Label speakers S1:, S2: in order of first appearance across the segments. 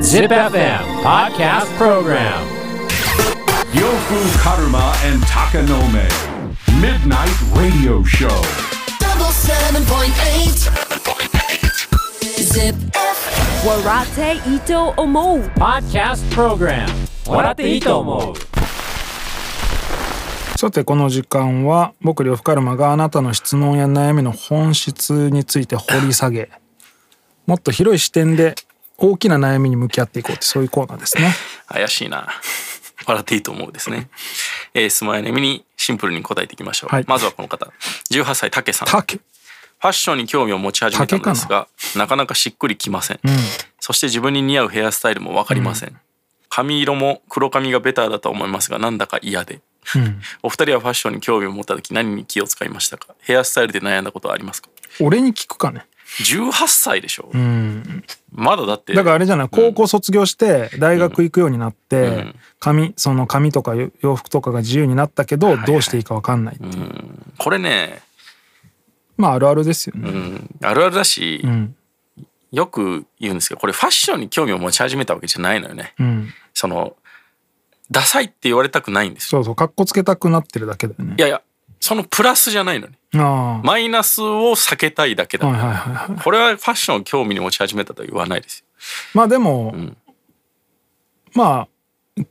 S1: Zip FM Podcast Program
S2: Yofu Karuma and Takanome. Midnight Radio Show.
S3: double seven point eight. Zip.
S4: Warate Ito Omo.
S1: Podcast Program 笑っていいと思う
S5: さてこの時間は僕呂布カルマがあなたの質問や悩みの本質について掘り下げもっと広い視点で大きな悩みに向き合っていこうってそういうコーナーですね
S6: 怪しいな。 笑っていいと思うですね。えー、スマイルみにシンプルに答えていきましょう。
S5: はい
S6: まずはこの方。18歳、たけさん。フ
S5: 竹
S6: ァッションに興味を持ち始めたんですが、なかなかしっくりきません。そして自分に似合うヘアスタイルもわかりません。髪色も黒髪がベターだと思いますが、なんだか嫌で。お二人はファッションに興味を持った時何に気を使いましたかヘアスタイルで悩んだことはありますか
S5: 俺に聞くかね
S6: ?18 歳でしょ、まだだって。
S5: だからあれじゃない高校卒業して大学行くようになって髪その髪とか洋服とかが自由になったけどどうしていいか分かんないっていう
S6: これね、
S5: まああるあるですよ
S6: う
S5: ね
S6: ん、あるあるだし、
S5: うん
S6: よく言うんですけどこれファッションに興味を持ち始めたわけじゃないのよね、
S5: うん
S6: そのダサいって言われたくないんですよ
S5: そうそうかっこつけたくなってるだけだよね
S6: いやいやそのプラスじゃないのね
S5: あ
S6: マイナスを避けたいだけ
S5: あ
S6: だ、
S5: はいはいはいはい
S6: これはファッションを興味に持ち始めたとは言わないです
S5: まあでも、
S6: ん
S5: まあ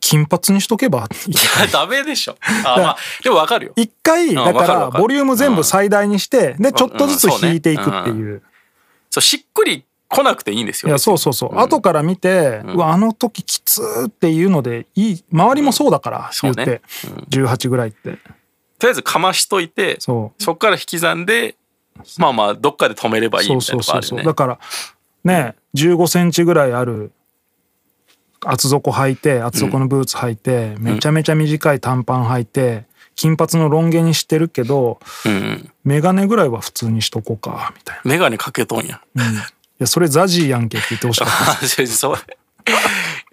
S5: 金髪にしとけばいい
S6: よいやダメでしょ あ、まあ、でもわかるよ
S5: 一回
S6: ん
S5: だ
S6: わ
S5: か
S6: かるわ
S5: ら
S6: かる
S5: ボリューム全部最大にして、でちょっとずつ
S6: うんそうね
S5: 引いていくっていう、
S6: そうしっくり来なくていいんです
S5: い
S6: よ
S5: やそうそうそう、後から見て、うわあの時きつーっていうのでいい周りもそうだから、
S6: そう
S5: 言
S6: ね
S5: って、18ぐらいって
S6: とりあえずかましといてそ
S5: そう
S6: こから引き算でまあまあどっかで止めればいい
S5: そう
S6: み
S5: そ
S6: たいな
S5: う
S6: とこ
S5: そ
S6: あ
S5: う
S6: る
S5: そう
S6: よね
S5: だからね1 5ンチぐらいある厚底履いて厚底のブーツ履いて、めちゃめちゃ短い短パン履いて金髪のロン毛にしてるけど、
S6: うん
S5: メガネぐらいは普通にしとこうかみたいな。
S6: 眼鏡かけとんや
S5: うんいやそれザジーやんけって言ってほしかった。
S6: あそうそう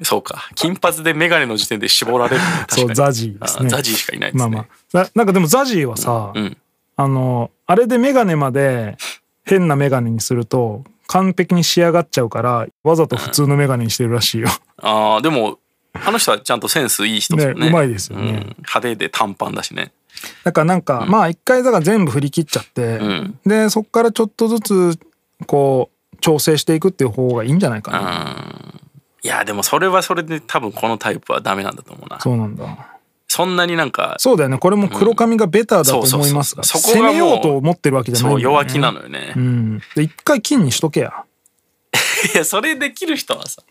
S6: そうか金髪で眼鏡の時点で絞られるね確かに
S5: そうザジーですね
S6: あザジーしかいないです
S5: ま
S6: ね
S5: あまあな。なんかでもザジーはさ、
S6: うん
S5: あのあれでメガネまで変なメガネにすると完璧に仕上がっちゃうからわざと普通のメガネにしてるらしいよ。
S6: あーでもあの人はちゃんとセンスいい人ですよね
S5: ねうまいですよね
S6: ん派手で短パンだしね
S5: だからなんか、まあ一回だから全部振り切っちゃって、
S6: ん
S5: でそっからちょっとずつこう調整していくっていう方がいいんじゃないか
S6: う
S5: な。
S6: んいやでもそれはそれで多分このタイプはダメなんだと思うなそ
S5: そうなんだ。
S6: んなになんか
S5: そうだよね。これも黒髪がベターだと思いますが、
S6: うんそうそうそうそ
S5: 攻
S6: こがもう
S5: めようと思ってるわけじゃない
S6: そ
S5: んだ
S6: う
S5: よね
S6: 弱気なのよね、
S5: うん。で、一回金にしとけや。
S6: いやそれできる人はさ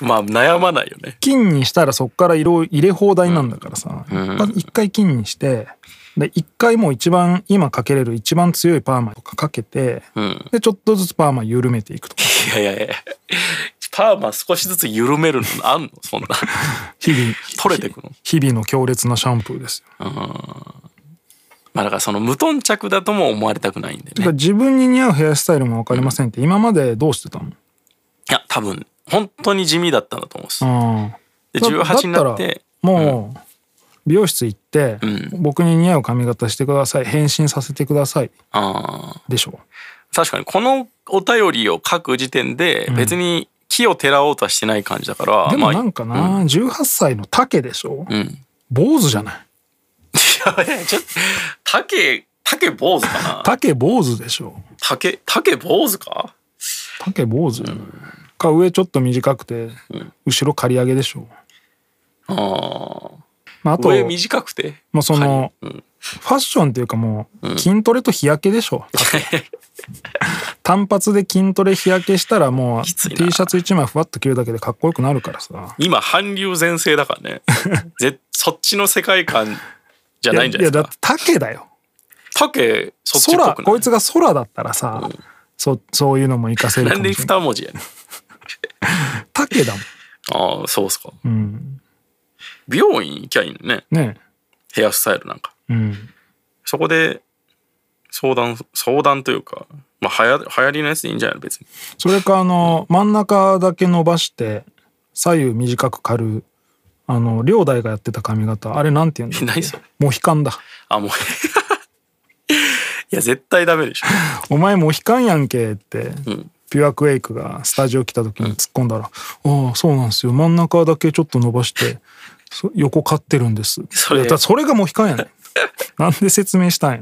S6: まあ悩まないよね
S5: 金にしたらそっから色を入れ放題なんだからさ。一回一回金にして、で、一回もう一番、今かけれる一番強いパーマとかかけて、
S6: うん
S5: で、ちょっとずつパーマ緩めていくとか。
S6: いやいやいやパーマ少しずつ緩めるのあんのそんな
S5: 日々、
S6: 取れてくの
S5: 日々の強烈なシャンプーですよ。
S6: まあだからその無頓着だとも思われたくないん
S5: だ
S6: でね
S5: から自分に似合うヘアスタイルもわかりませんって、今までどうしてたの
S6: いや多分本当に地味だったんだと思うんです
S5: ああ。
S6: で
S5: だ
S6: 18になって
S5: だったらもう、美容室行って、
S6: ん
S5: 僕に似合う髪型してください。変身させてください。
S6: あー
S5: でしょ。
S6: 確かにこのお便りを書く時点で別に木をてらおうとはしてない感じだから、
S5: でも
S6: あ
S5: なんかな、18歳の竹でしょ、
S6: うん、い
S5: 坊主じゃない
S6: やいやちょっと竹竹坊主かな
S5: 竹坊主でしょ
S6: 竹竹坊主か
S5: 竹坊主、か上ちょっと短くて、後ろ刈り上げでしょ、
S6: あー
S5: まあ、あと
S6: 上短くて
S5: もうその、
S6: う
S5: ファッションっていうかもう筋トレと日焼けで しょ、竹単発で筋トレ日焼けしたらもう T
S6: ついな
S5: シャツ1枚ふわっと着るだけでかっこよくなるからさ
S6: 今韓流全盛だから ねぜそっちの世界観じゃないんじゃない
S5: や
S6: で
S5: だ
S6: す
S5: って
S6: か
S5: 竹だよ
S6: 竹そっちっぽ
S5: 空
S6: くない
S5: こいつが空だったらさ、そそういうのも活かせる
S6: な
S5: かもし
S6: ん
S5: れ
S6: で
S5: ない
S6: 二文字やねん
S5: 竹だもん
S6: ああそうっすか
S5: うん
S6: 美容院行きゃいいのね
S5: ね
S6: ヘアスタイルなんか
S5: えうん
S6: そこで相談相談というかまあ流行流行りのやつでいいんじゃないの別に
S5: それかあの真ん中だけ伸ばして左右短く刈るあの両代がやってた髪型あれなんていうんだっけ
S6: 何それ
S5: モヒカンだ
S6: あもう いや絶対ダメでしょ
S5: お前モヒカンやんけって、
S6: ん
S5: ピュアクエイクがスタジオ来た時に突っ込んだら「ああそうなんですよ真ん中だけちょっと伸ばしてそ横買ってるんです」
S6: それ
S5: いやだからそれがモヒカンや ねんなんで説明したんや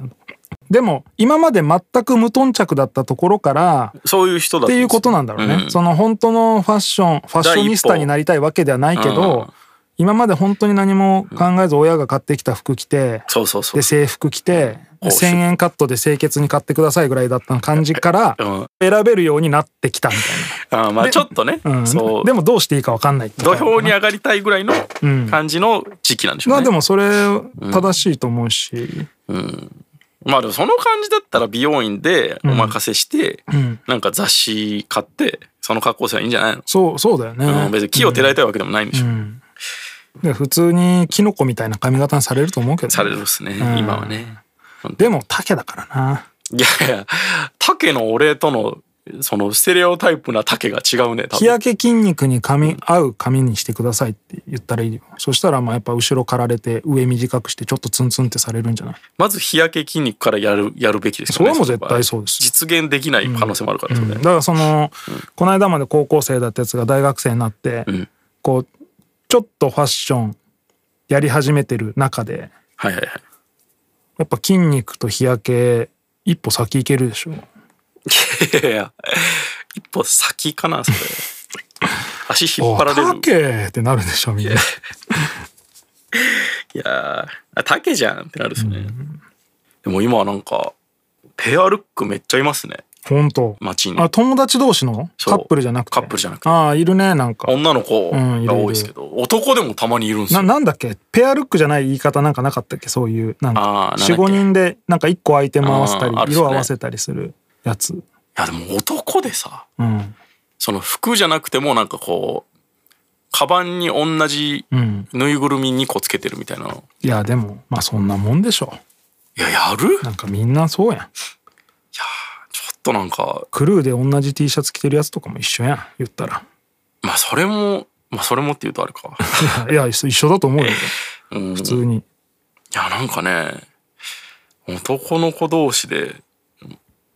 S5: でも今まで全く無頓着だったところから
S6: そういう人だ
S5: っていうことなんだろうね、その本当のファッションファッショニスタになりたいわけではないけど、
S6: うん
S5: 今まで本当に何も考えず親が買ってきた服着て、
S6: そうそうそう
S5: で制服着て
S6: うん
S5: 1,000円カットで清潔に買ってくださいぐらいだった感じから
S6: うん
S5: 選べるようになってきたみ
S6: あーまあ
S5: で
S6: ちょっとね、
S5: たいな、うん、
S6: そう
S5: でもどうしていいか分かんないっていう
S6: 土
S5: か
S6: 俵に上がりたいぐらいの
S5: うん
S6: 感じの時期なんでしょう
S5: まあ
S6: ね。
S5: でもそれ正しいと思うし、
S6: まあでもその感じだったら美容院でお任せして、
S5: うん、
S6: なんか雑誌買ってその格好すればいいんじゃないの、
S5: そうそうだよね、
S6: うん別に木をてらいたいわけでもないんでしょ。
S5: うんで普通にキノコみたいな髪型にされると思うけどね、
S6: されるっすね、
S5: ん
S6: 今はね。
S5: でも竹だからない
S6: やいや竹の俺とのそのステレオタイプな竹が違うね多
S5: 日
S6: 分。
S5: 焼け筋肉に髪合う髪にしてくださいって言ったらいいよそしたらまあやっぱ後ろかられて上短くしてちょっとツンツンってされるんじゃない
S6: まず日焼け筋肉からやるやるべきですよ
S5: それ
S6: ね。
S5: はもう絶
S6: の場合
S5: 対そうです
S6: 実現できない可能性もあるからそれ。
S5: だからその、この間まで高校生だったやつが大学生になって、
S6: ん
S5: こうちょっとファッションやり始めてる中で
S6: はいはいはい。
S5: やっぱ筋肉と日焼け一歩先行けるでしょ
S6: いやいや一歩先かな それ足引っ張られ
S5: お
S6: る
S5: い竹ってなるでしょみんな。
S6: いやーあ竹じゃんってなるですね、でも今はなんかペアルックめっちゃいますね
S5: 本当。
S6: 街に
S5: あ友達同士の
S6: そう
S5: カップルじゃなくて
S6: カップルじゃなくて
S5: ああいるねなんか。
S6: 女の子
S5: うんいるい
S6: が
S5: る
S6: 多いですけど、男でもたまにいるんです
S5: な
S6: よ
S5: なんだっけペアルックじゃない言い方なんかなかったっけそういうなん
S6: あ
S5: か
S6: ーなんだっけ
S5: 45人でなんか1個アイテム合わせたり
S6: あーあるっすね
S5: 色合わせたりするやつ。
S6: いやでも男でさ
S5: うん
S6: その服じゃなくてもなんかこうカバンに同じ
S5: うん、
S6: ぬいぐるみ2個つけてるみたいなの
S5: いやでもまあそんなもんでしょ
S6: いややる
S5: なんかみんなそうやん
S6: ちょっとなんか
S5: クルーで同じ T シャツ着てるやつとかも一緒やん言った ら
S6: まあそれもまあそれもって言うとあれか
S5: いやいや一緒だと思うよ
S6: うん
S5: 普通に
S6: いやなんかね男の子同士で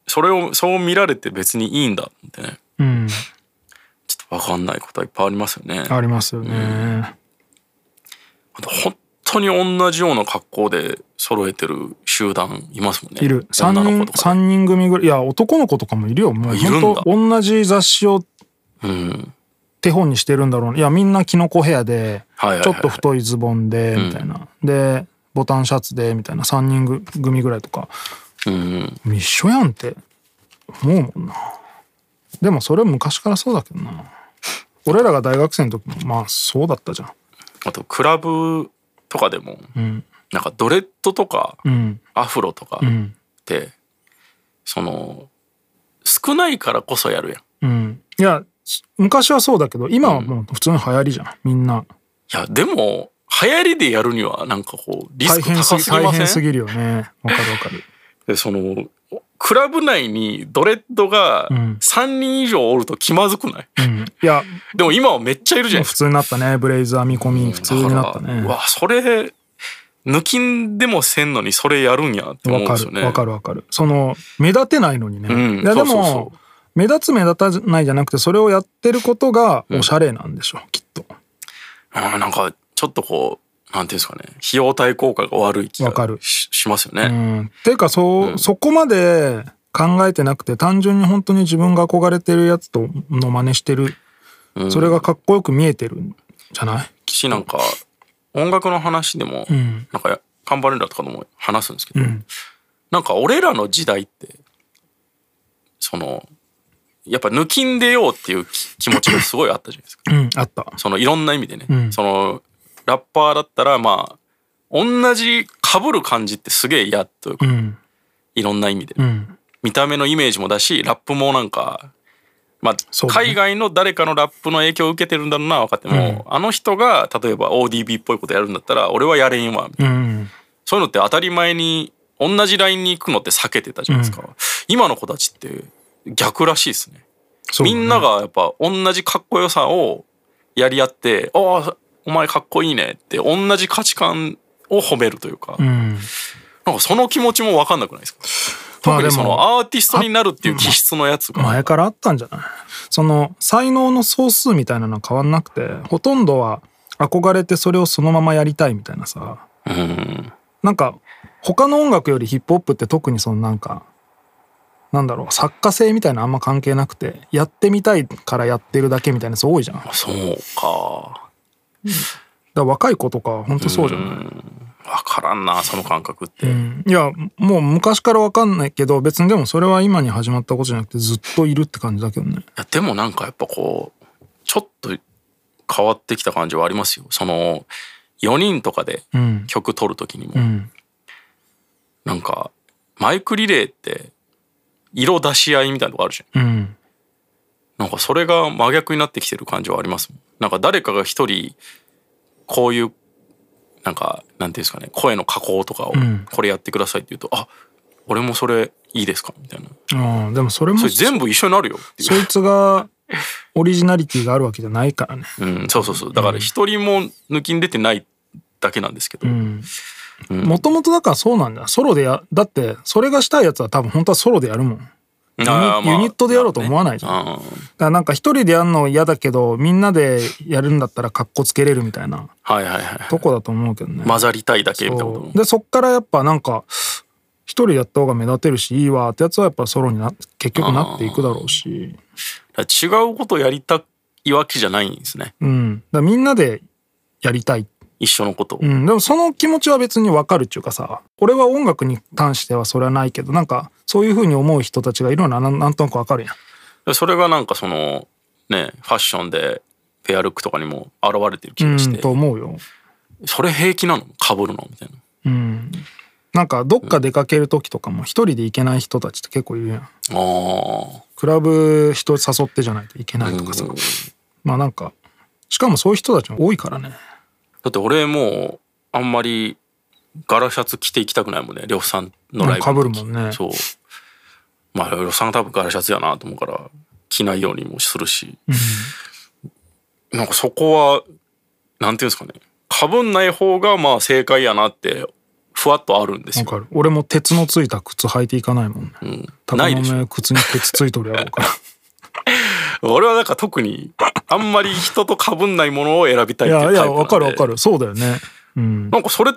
S6: それをそう見られて別にいいんだってね
S5: うん
S6: ちょっと分かんないことはいっぱいありますよね。
S5: ありますよね
S6: あと本当に同じような格好で揃えてる集団いますもんね。
S5: いる
S6: 女
S5: 3
S6: の子
S5: 人
S6: とか
S5: 三
S6: ね。
S5: 人組ぐらいいや男の子とかもいるよもう
S6: いるんだ
S5: 本当同じ雑誌を
S6: うん。
S5: 手本にしてるんだろうないやみんなキノコヘアで
S6: はいはいはい
S5: ちょっと太いズボンでみたいなでボタンシャツでみたいな3人ぐ組ぐらいとか
S6: うん。
S5: 一緒やんって思うもんなでもそれ昔からそうだけどな俺らが大学生の時もまあそうだったじゃん
S6: あとクラブとかでも、なんかドレッドとか、
S5: うん
S6: アフロとか
S5: うん
S6: って、その少ないからこそやるやん。い
S5: うんいやし昔はそうだけど今はもう普通に流行りじゃんみんな
S6: やでも流行りでやるにはなんかこうリス
S5: 大
S6: ク
S5: 変す
S6: 高
S5: ぎ
S6: すぎ
S5: 大
S6: ません
S5: 変すぎるよねわかるわかる
S6: でそのクラブ内にドレッドが
S5: ん
S6: 3人以上おると気まずくない、
S5: うんいや
S6: でも今はめっちゃいるじゃないで
S5: 普
S6: すか
S5: 通になったねブレイザー見込み普通になった
S6: だから
S5: ね
S6: う
S5: わ
S6: わそれ抜きんでもせんのにそれやるんやって思うんで
S5: か
S6: すよね
S5: るわかるわかるその目立てないのにね、
S6: うん
S5: いやでも
S6: そうそうそう
S5: 目立つ目立たないじゃなくてそれをやってることがおしゃれなんでしょう、きっと
S6: あーなんかちょっとこうなんていうんですかね費用対効果が悪い気が
S5: わかる
S6: ししますよ
S5: う
S6: ね、
S5: ん、っていうかそう、そこまで考えてなくて単純に本当に自分が憧れてるやつとの真似してる、それがかっこよく見えてるんじゃない
S6: しなんか音楽の話でも、
S5: ん
S6: なんかカンバレラとかでも話すんですけど、なんか俺らの時代ってそのやっぱ抜きんでようっていう気気持ちがすごいあったじゃないで すか
S5: うんあった
S6: そのいろんな意味でね、
S5: ん
S6: そのラッパーだったらまあ同じ被る感じってすげえ嫌というか、
S5: うん
S6: いろんな意味で、
S5: うん
S6: 見た目のイメージもだしラップもなんか、まあ
S5: そうだね
S6: 海外の誰かのラップの影響を受けてるんだろうなは分かっても、あの人が例えば ODB っぽいことやるんだったら俺はやれんわみたいな
S5: うん
S6: そういうのって当たり前に同じラインに行くのって避けてたじゃないですか、今の子たちって逆らしいですね
S5: そうだ
S6: み
S5: ね
S6: んながやっぱ同じかっこよさをやり合って「ああお前かっこいいね」って同じ価値観を褒めるというか、
S5: うん
S6: なんかその気持ちも分かんなくないですか特にそ
S5: まあで
S6: のアーティストになるっていう気質のやつが
S5: 前からあったんじゃないその才能の総数みたいなのは変わんなくてほとんどは憧れてそれをそのままやりたいみたいなさ
S6: うん
S5: なんか他の音楽よりヒップホップって特にそのなんかなんだろう作家性みたいなのあんま関係なくてやってみたいからやってるだけみたいなやつ多いじゃんだか
S6: そうから
S5: 若い子とかほんとそうじゃない、
S6: 分からんなその感覚って、
S5: うんいやもう昔から分かんないけど別にでもそれは今に始まったことじゃなくてずっといるって感じだけどね
S6: いやでもなんかやっぱこうちょっと変わってきた感じはありますよその4人とかで
S5: うん
S6: 曲取る時にも、
S5: うん
S6: なんかマイクリレーって色出し合いみたいなとこあるじゃん
S5: うん
S6: なんかそれが真逆になってきてる感じはありますもんなんか誰かが一人こういうなんかなんていうんですかね声の加工とかを
S5: ん
S6: これやってくださいって言うと、あ俺もそれいいですかみたいな
S5: ああでもそれも
S6: それ全部一緒になるよってい
S5: そ
S6: う
S5: いつがオリジナリティがあるわけじゃないからね。
S6: うん、そうそうそうだから一人も抜きん出てないだけなんですけど、うん
S5: もともとだからそうなんだ。ソロでや、だってそれがしたいやつは多分本当はソロでやるもん。ユニ
S6: あーま
S5: ユ
S6: あ
S5: ニットでやろうと思わないじゃん。だか
S6: あー
S5: らなんか一人でやるの嫌だけど、みんなでやるんだったら格好つけれるみたいな
S6: はいはいはい
S5: とこだと思うけどね。
S6: 混ざりたいだけみたいなこ
S5: そう
S6: と
S5: で、そっからやっぱなんか、一人でやった方が目立てるしいいわってやつはやっぱソロにな結局なっていくだろうし、
S6: だから違うことやりたいわけじゃないんですね
S5: うん、だからみんなでやりたい
S6: 一緒のことを、
S5: うん、でもその気持ちは別にわかるっていうかさ俺は音楽に関してはそれはないけどなんかそういうふうに思う人たちがいるのはなんなんとなくわかるやん
S6: でそれがなんかそのねファッションでペアルックとかにも現れてる気がし
S5: うん、
S6: て、
S5: と思うよ、
S6: それ平気なのかぶるのみたいな
S5: うん、なんかどっか出かける時とかも一人で行けない人たちって結構いるやん
S6: あ
S5: クラブ人誘ってじゃないといけないとかさ、
S6: うん
S5: まあなんかしかもそういう人たちも多いからね
S6: ーだって俺もうあんまりガラシャツ着ていきたくないもんね呂布さんのライブ
S5: かぶ
S6: の時
S5: るもんね
S6: そうまあ呂布さんが多分ガラシャツやなと思うから着ないようにもするし、なんかそこはなんていうんですかねかぶんない方がまあ正解やなってふわっとあるんです
S5: わ
S6: よ
S5: かる俺も鉄のついた靴履いていかないもんね、うん、た
S6: な
S5: だ
S6: いでしょ
S5: 靴に鉄ついとるやろうから
S6: 俺はなんか特にあんまり人と被んないものを選びたい
S5: い
S6: っていう
S5: やい
S6: タイ プなん
S5: や
S6: で
S5: わかるわかるそうだよねうん
S6: なんかそれっ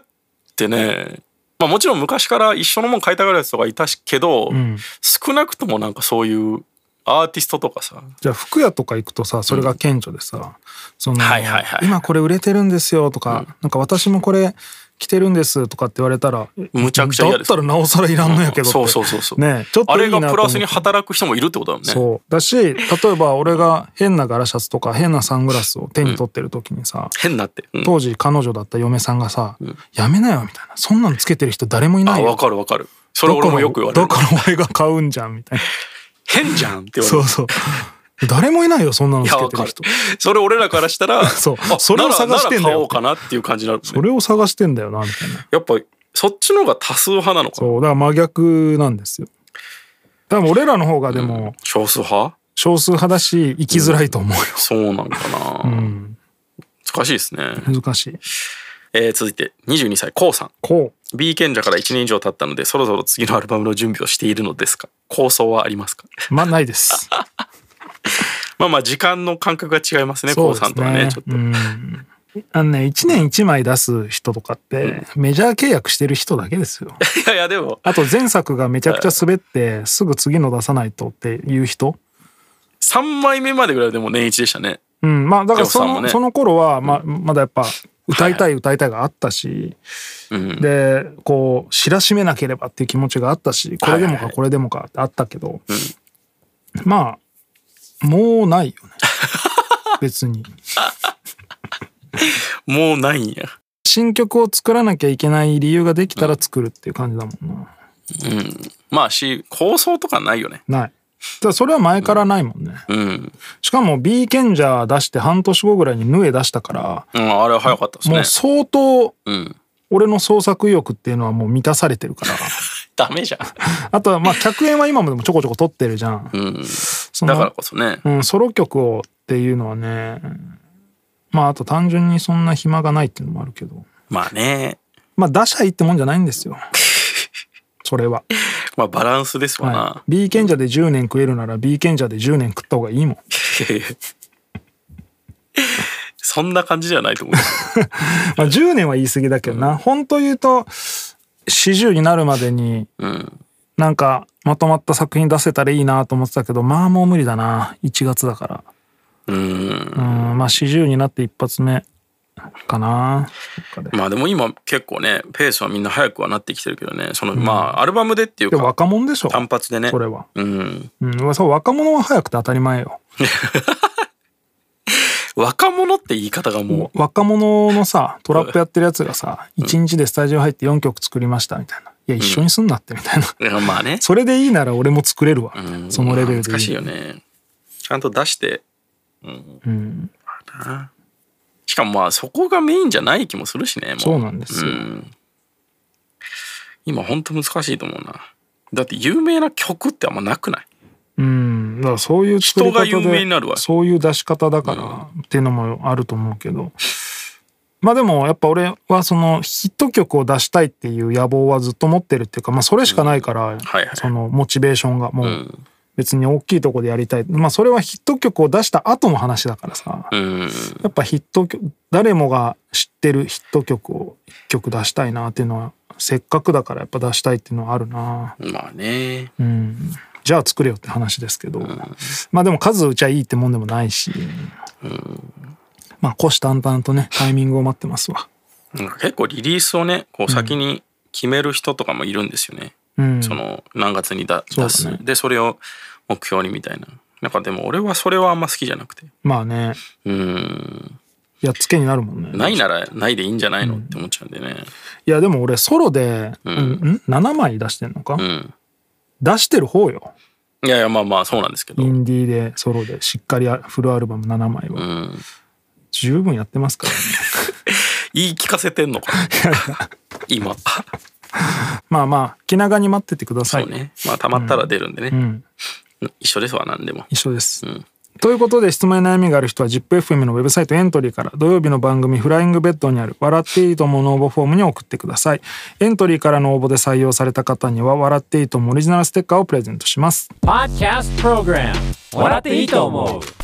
S6: てねまあもちろん昔から一緒のもん買いたがるやつとかいたしけど、
S5: ん
S6: 少なくともなんかそういうアーティストとかさ
S5: じゃあ服屋とか行くとさそれが顕著でさ、その、
S6: はいはいはい
S5: 今これ売れてるんですよ」とか、なんか私もこれ着てるんです」とかって言われたら
S6: むちゃくちゃ嫌です
S5: だったらなおさらいらんのやけどって、
S6: そうそうそうそう、
S5: ねえちょっ
S6: あ
S5: とい
S6: れ
S5: いな
S6: が
S5: と思って
S6: プラスに働く人もいるってことだよね
S5: そうだし例えば俺が変なガラシャツとか変なサングラスを手に取ってる時にさ、
S6: 変なって、うん
S5: 当時彼女だった嫁さんがさ「やめなよ」みたいな「そんなのつけてる人誰もいな
S6: あ
S5: いよ」
S6: わかるわかるそれ俺もよく言われ
S5: だ
S6: る
S5: からだから俺が買うんじゃんみたいな
S6: 変じゃんって言われる
S5: そうそう誰もいないよそんなの
S6: い
S5: つ
S6: や
S5: け
S6: わ
S5: て
S6: か
S5: る
S6: る
S5: 人
S6: それ俺らからしたら
S5: そう
S6: あ
S5: それを探してんだ
S6: ならなら買
S5: よ
S6: おうかなっていう感じになる、ね、
S5: それを探してんだよなみたいな
S6: やっぱそっちの方が多数派なのか
S5: そうだから真逆なんですよ多分俺らの方がでも
S6: 少数派
S5: 少数派だし生きづらいと思うよ、
S6: そうなんかな、
S5: ん
S6: 難しいですね、
S5: 難しい
S6: えー続いて22歳こうさん
S5: こ
S6: B 賢者から1年以上経ったのでそろそろ次のアルバムの準備をしているのですか構想はありますか
S5: うまあないです
S6: まあまあ時間の感覚が違います ね
S5: そ
S6: こ
S5: う
S6: う
S5: で
S6: さんとはねちょっ
S5: う
S6: と、
S5: んあのね1年1枚出す人とかってメジャー契約してる人だけですよ
S6: いやいやでも
S5: あと前作がめちゃくちゃ滑ってすぐ次の出さないとっていう人
S6: 3枚目までぐらいでも年一でしたね
S5: うん、まあだからそ
S6: ジョーさん
S5: の,、
S6: もね
S5: その頃はまあまだやっぱ歌いたい歌いたいがあったし、
S6: うん
S5: でこう知らしめなければっていう気持ちがあったしこれでも
S6: はいはい
S5: か
S6: はい
S5: これでもかってあったけど、まあもうない よね別に
S6: もうないんや
S5: 新曲を作らなきゃいけない理由ができたら作るっていう感じだもんな、
S6: まあし構想とかないよね
S5: ないだからそれは前からないもんね、
S6: うん、
S5: しかも B 賢者出して半年後ぐらいにヌエ出したから
S6: うん、あれは早かったです
S5: もう
S6: ね
S5: 相当
S6: うん
S5: 俺の創作意欲っていうのはもう満たされてるから
S6: ダメじゃん、
S5: あとはまあ客演は今もでもちょこちょこ撮ってるじゃん。
S6: うん、
S5: その
S6: だからこそね
S5: うん、ソロ曲をっていうのはねまああと単純にそんな暇がないっていうのもあるけど
S6: まあね
S5: まあ出しゃいいってもんじゃないんですよ。それは、
S6: まあバランスですわな、
S5: はい、B 賢者で10年食えるなら B 賢者で10年食った方がいいもん
S6: いやいやそんな感じじゃないと思う
S5: まあ、10年は言い過ぎだけどな、本当言うと40になるまでになんかまとまった作品出せたらいいなと思ってたけどまあもう無理だな1月だからうんまあ40になって一発目かなどっかで
S6: まあでも今結構ねペースはみんな早くはなってきてるけどねその、まあアルバムでっていう
S5: でも
S6: か
S5: 若者でしょ
S6: 単発でね
S5: それは、
S6: うん
S5: うん、そう若者は早くて当たり前よ
S6: 若者って言い方がも
S5: 若者のさトラップやってるやつがさ1日でスタジオ入って4曲作りましたみたいな「いや一緒にすんなって」みたいな、
S6: ういやまあね
S5: それでいいなら俺も作れるわ、
S6: うん
S5: そのレベルで
S6: 難しいよねちゃんと出して
S5: うん、
S6: しかもまあそこがメインじゃない気もするしねもう
S5: そうなんですよ、
S6: うん今ほんと難しいと思うなだって有名な曲ってあんまなくない
S5: うん、だからそういう作り方で
S6: 人が有名になるわ
S5: そういう出し方だから、っていうのもあると思うけどまあでもやっぱ俺はそのヒット曲を出したいっていう野望はずっと持ってるっていうか、まあ、それしかないから、
S6: はい
S5: そのモチベーションがもうん別に大きいとこでやりたい、まあそれはヒット曲を出した後の話だからさ、
S6: うん
S5: やっぱヒット曲誰もが知ってるヒット曲を1曲出したいなっていうのはせっかくだからやっぱ出したいっていうのはあるな
S6: まあね
S5: うんじゃあ作れよって話ですけど、まあでも数打ちゃいいってもんでもないし、まあ虎視眈々とねタイミングを待ってますわ
S6: なんか結構リリースをねこう先に決める人とかもいるんですよね、
S5: うん
S6: その何月にだ
S5: そう
S6: 出
S5: だね
S6: す、でそれを目標にみたいななんかでも俺はそれはあんま好きじゃなくて
S5: まあね
S6: うん
S5: やっつけになるもんね
S6: ないならないでいいんじゃないのって思っちゃうんでね
S5: いやでも俺ソロで、うん7枚出してんのか、
S6: うん
S5: 出してる方よ
S6: いやいやまあまあそうなんですけど
S5: インディーでソロでしっかりフルアルバム7枚は、
S6: ん
S5: 十分やってますからね
S6: 言い聞かせてんのかな 今
S5: まあまあ気長に待っててください
S6: そうねまあたまったら出るんでね、
S5: ん
S6: 一緒ですわ何でも
S5: 一緒です、
S6: ん
S5: ということで質問や悩みがある人は ZIPFM のウェブサイトエントリーから土曜日の番組「フライングベッド」にある「笑っていいとも」の応募フォームに送ってくださいエントリーからの応募で採用された方には「笑っていいとも」オリジナルステッカーをプレゼントします
S1: Podcast Program 笑っていいと思う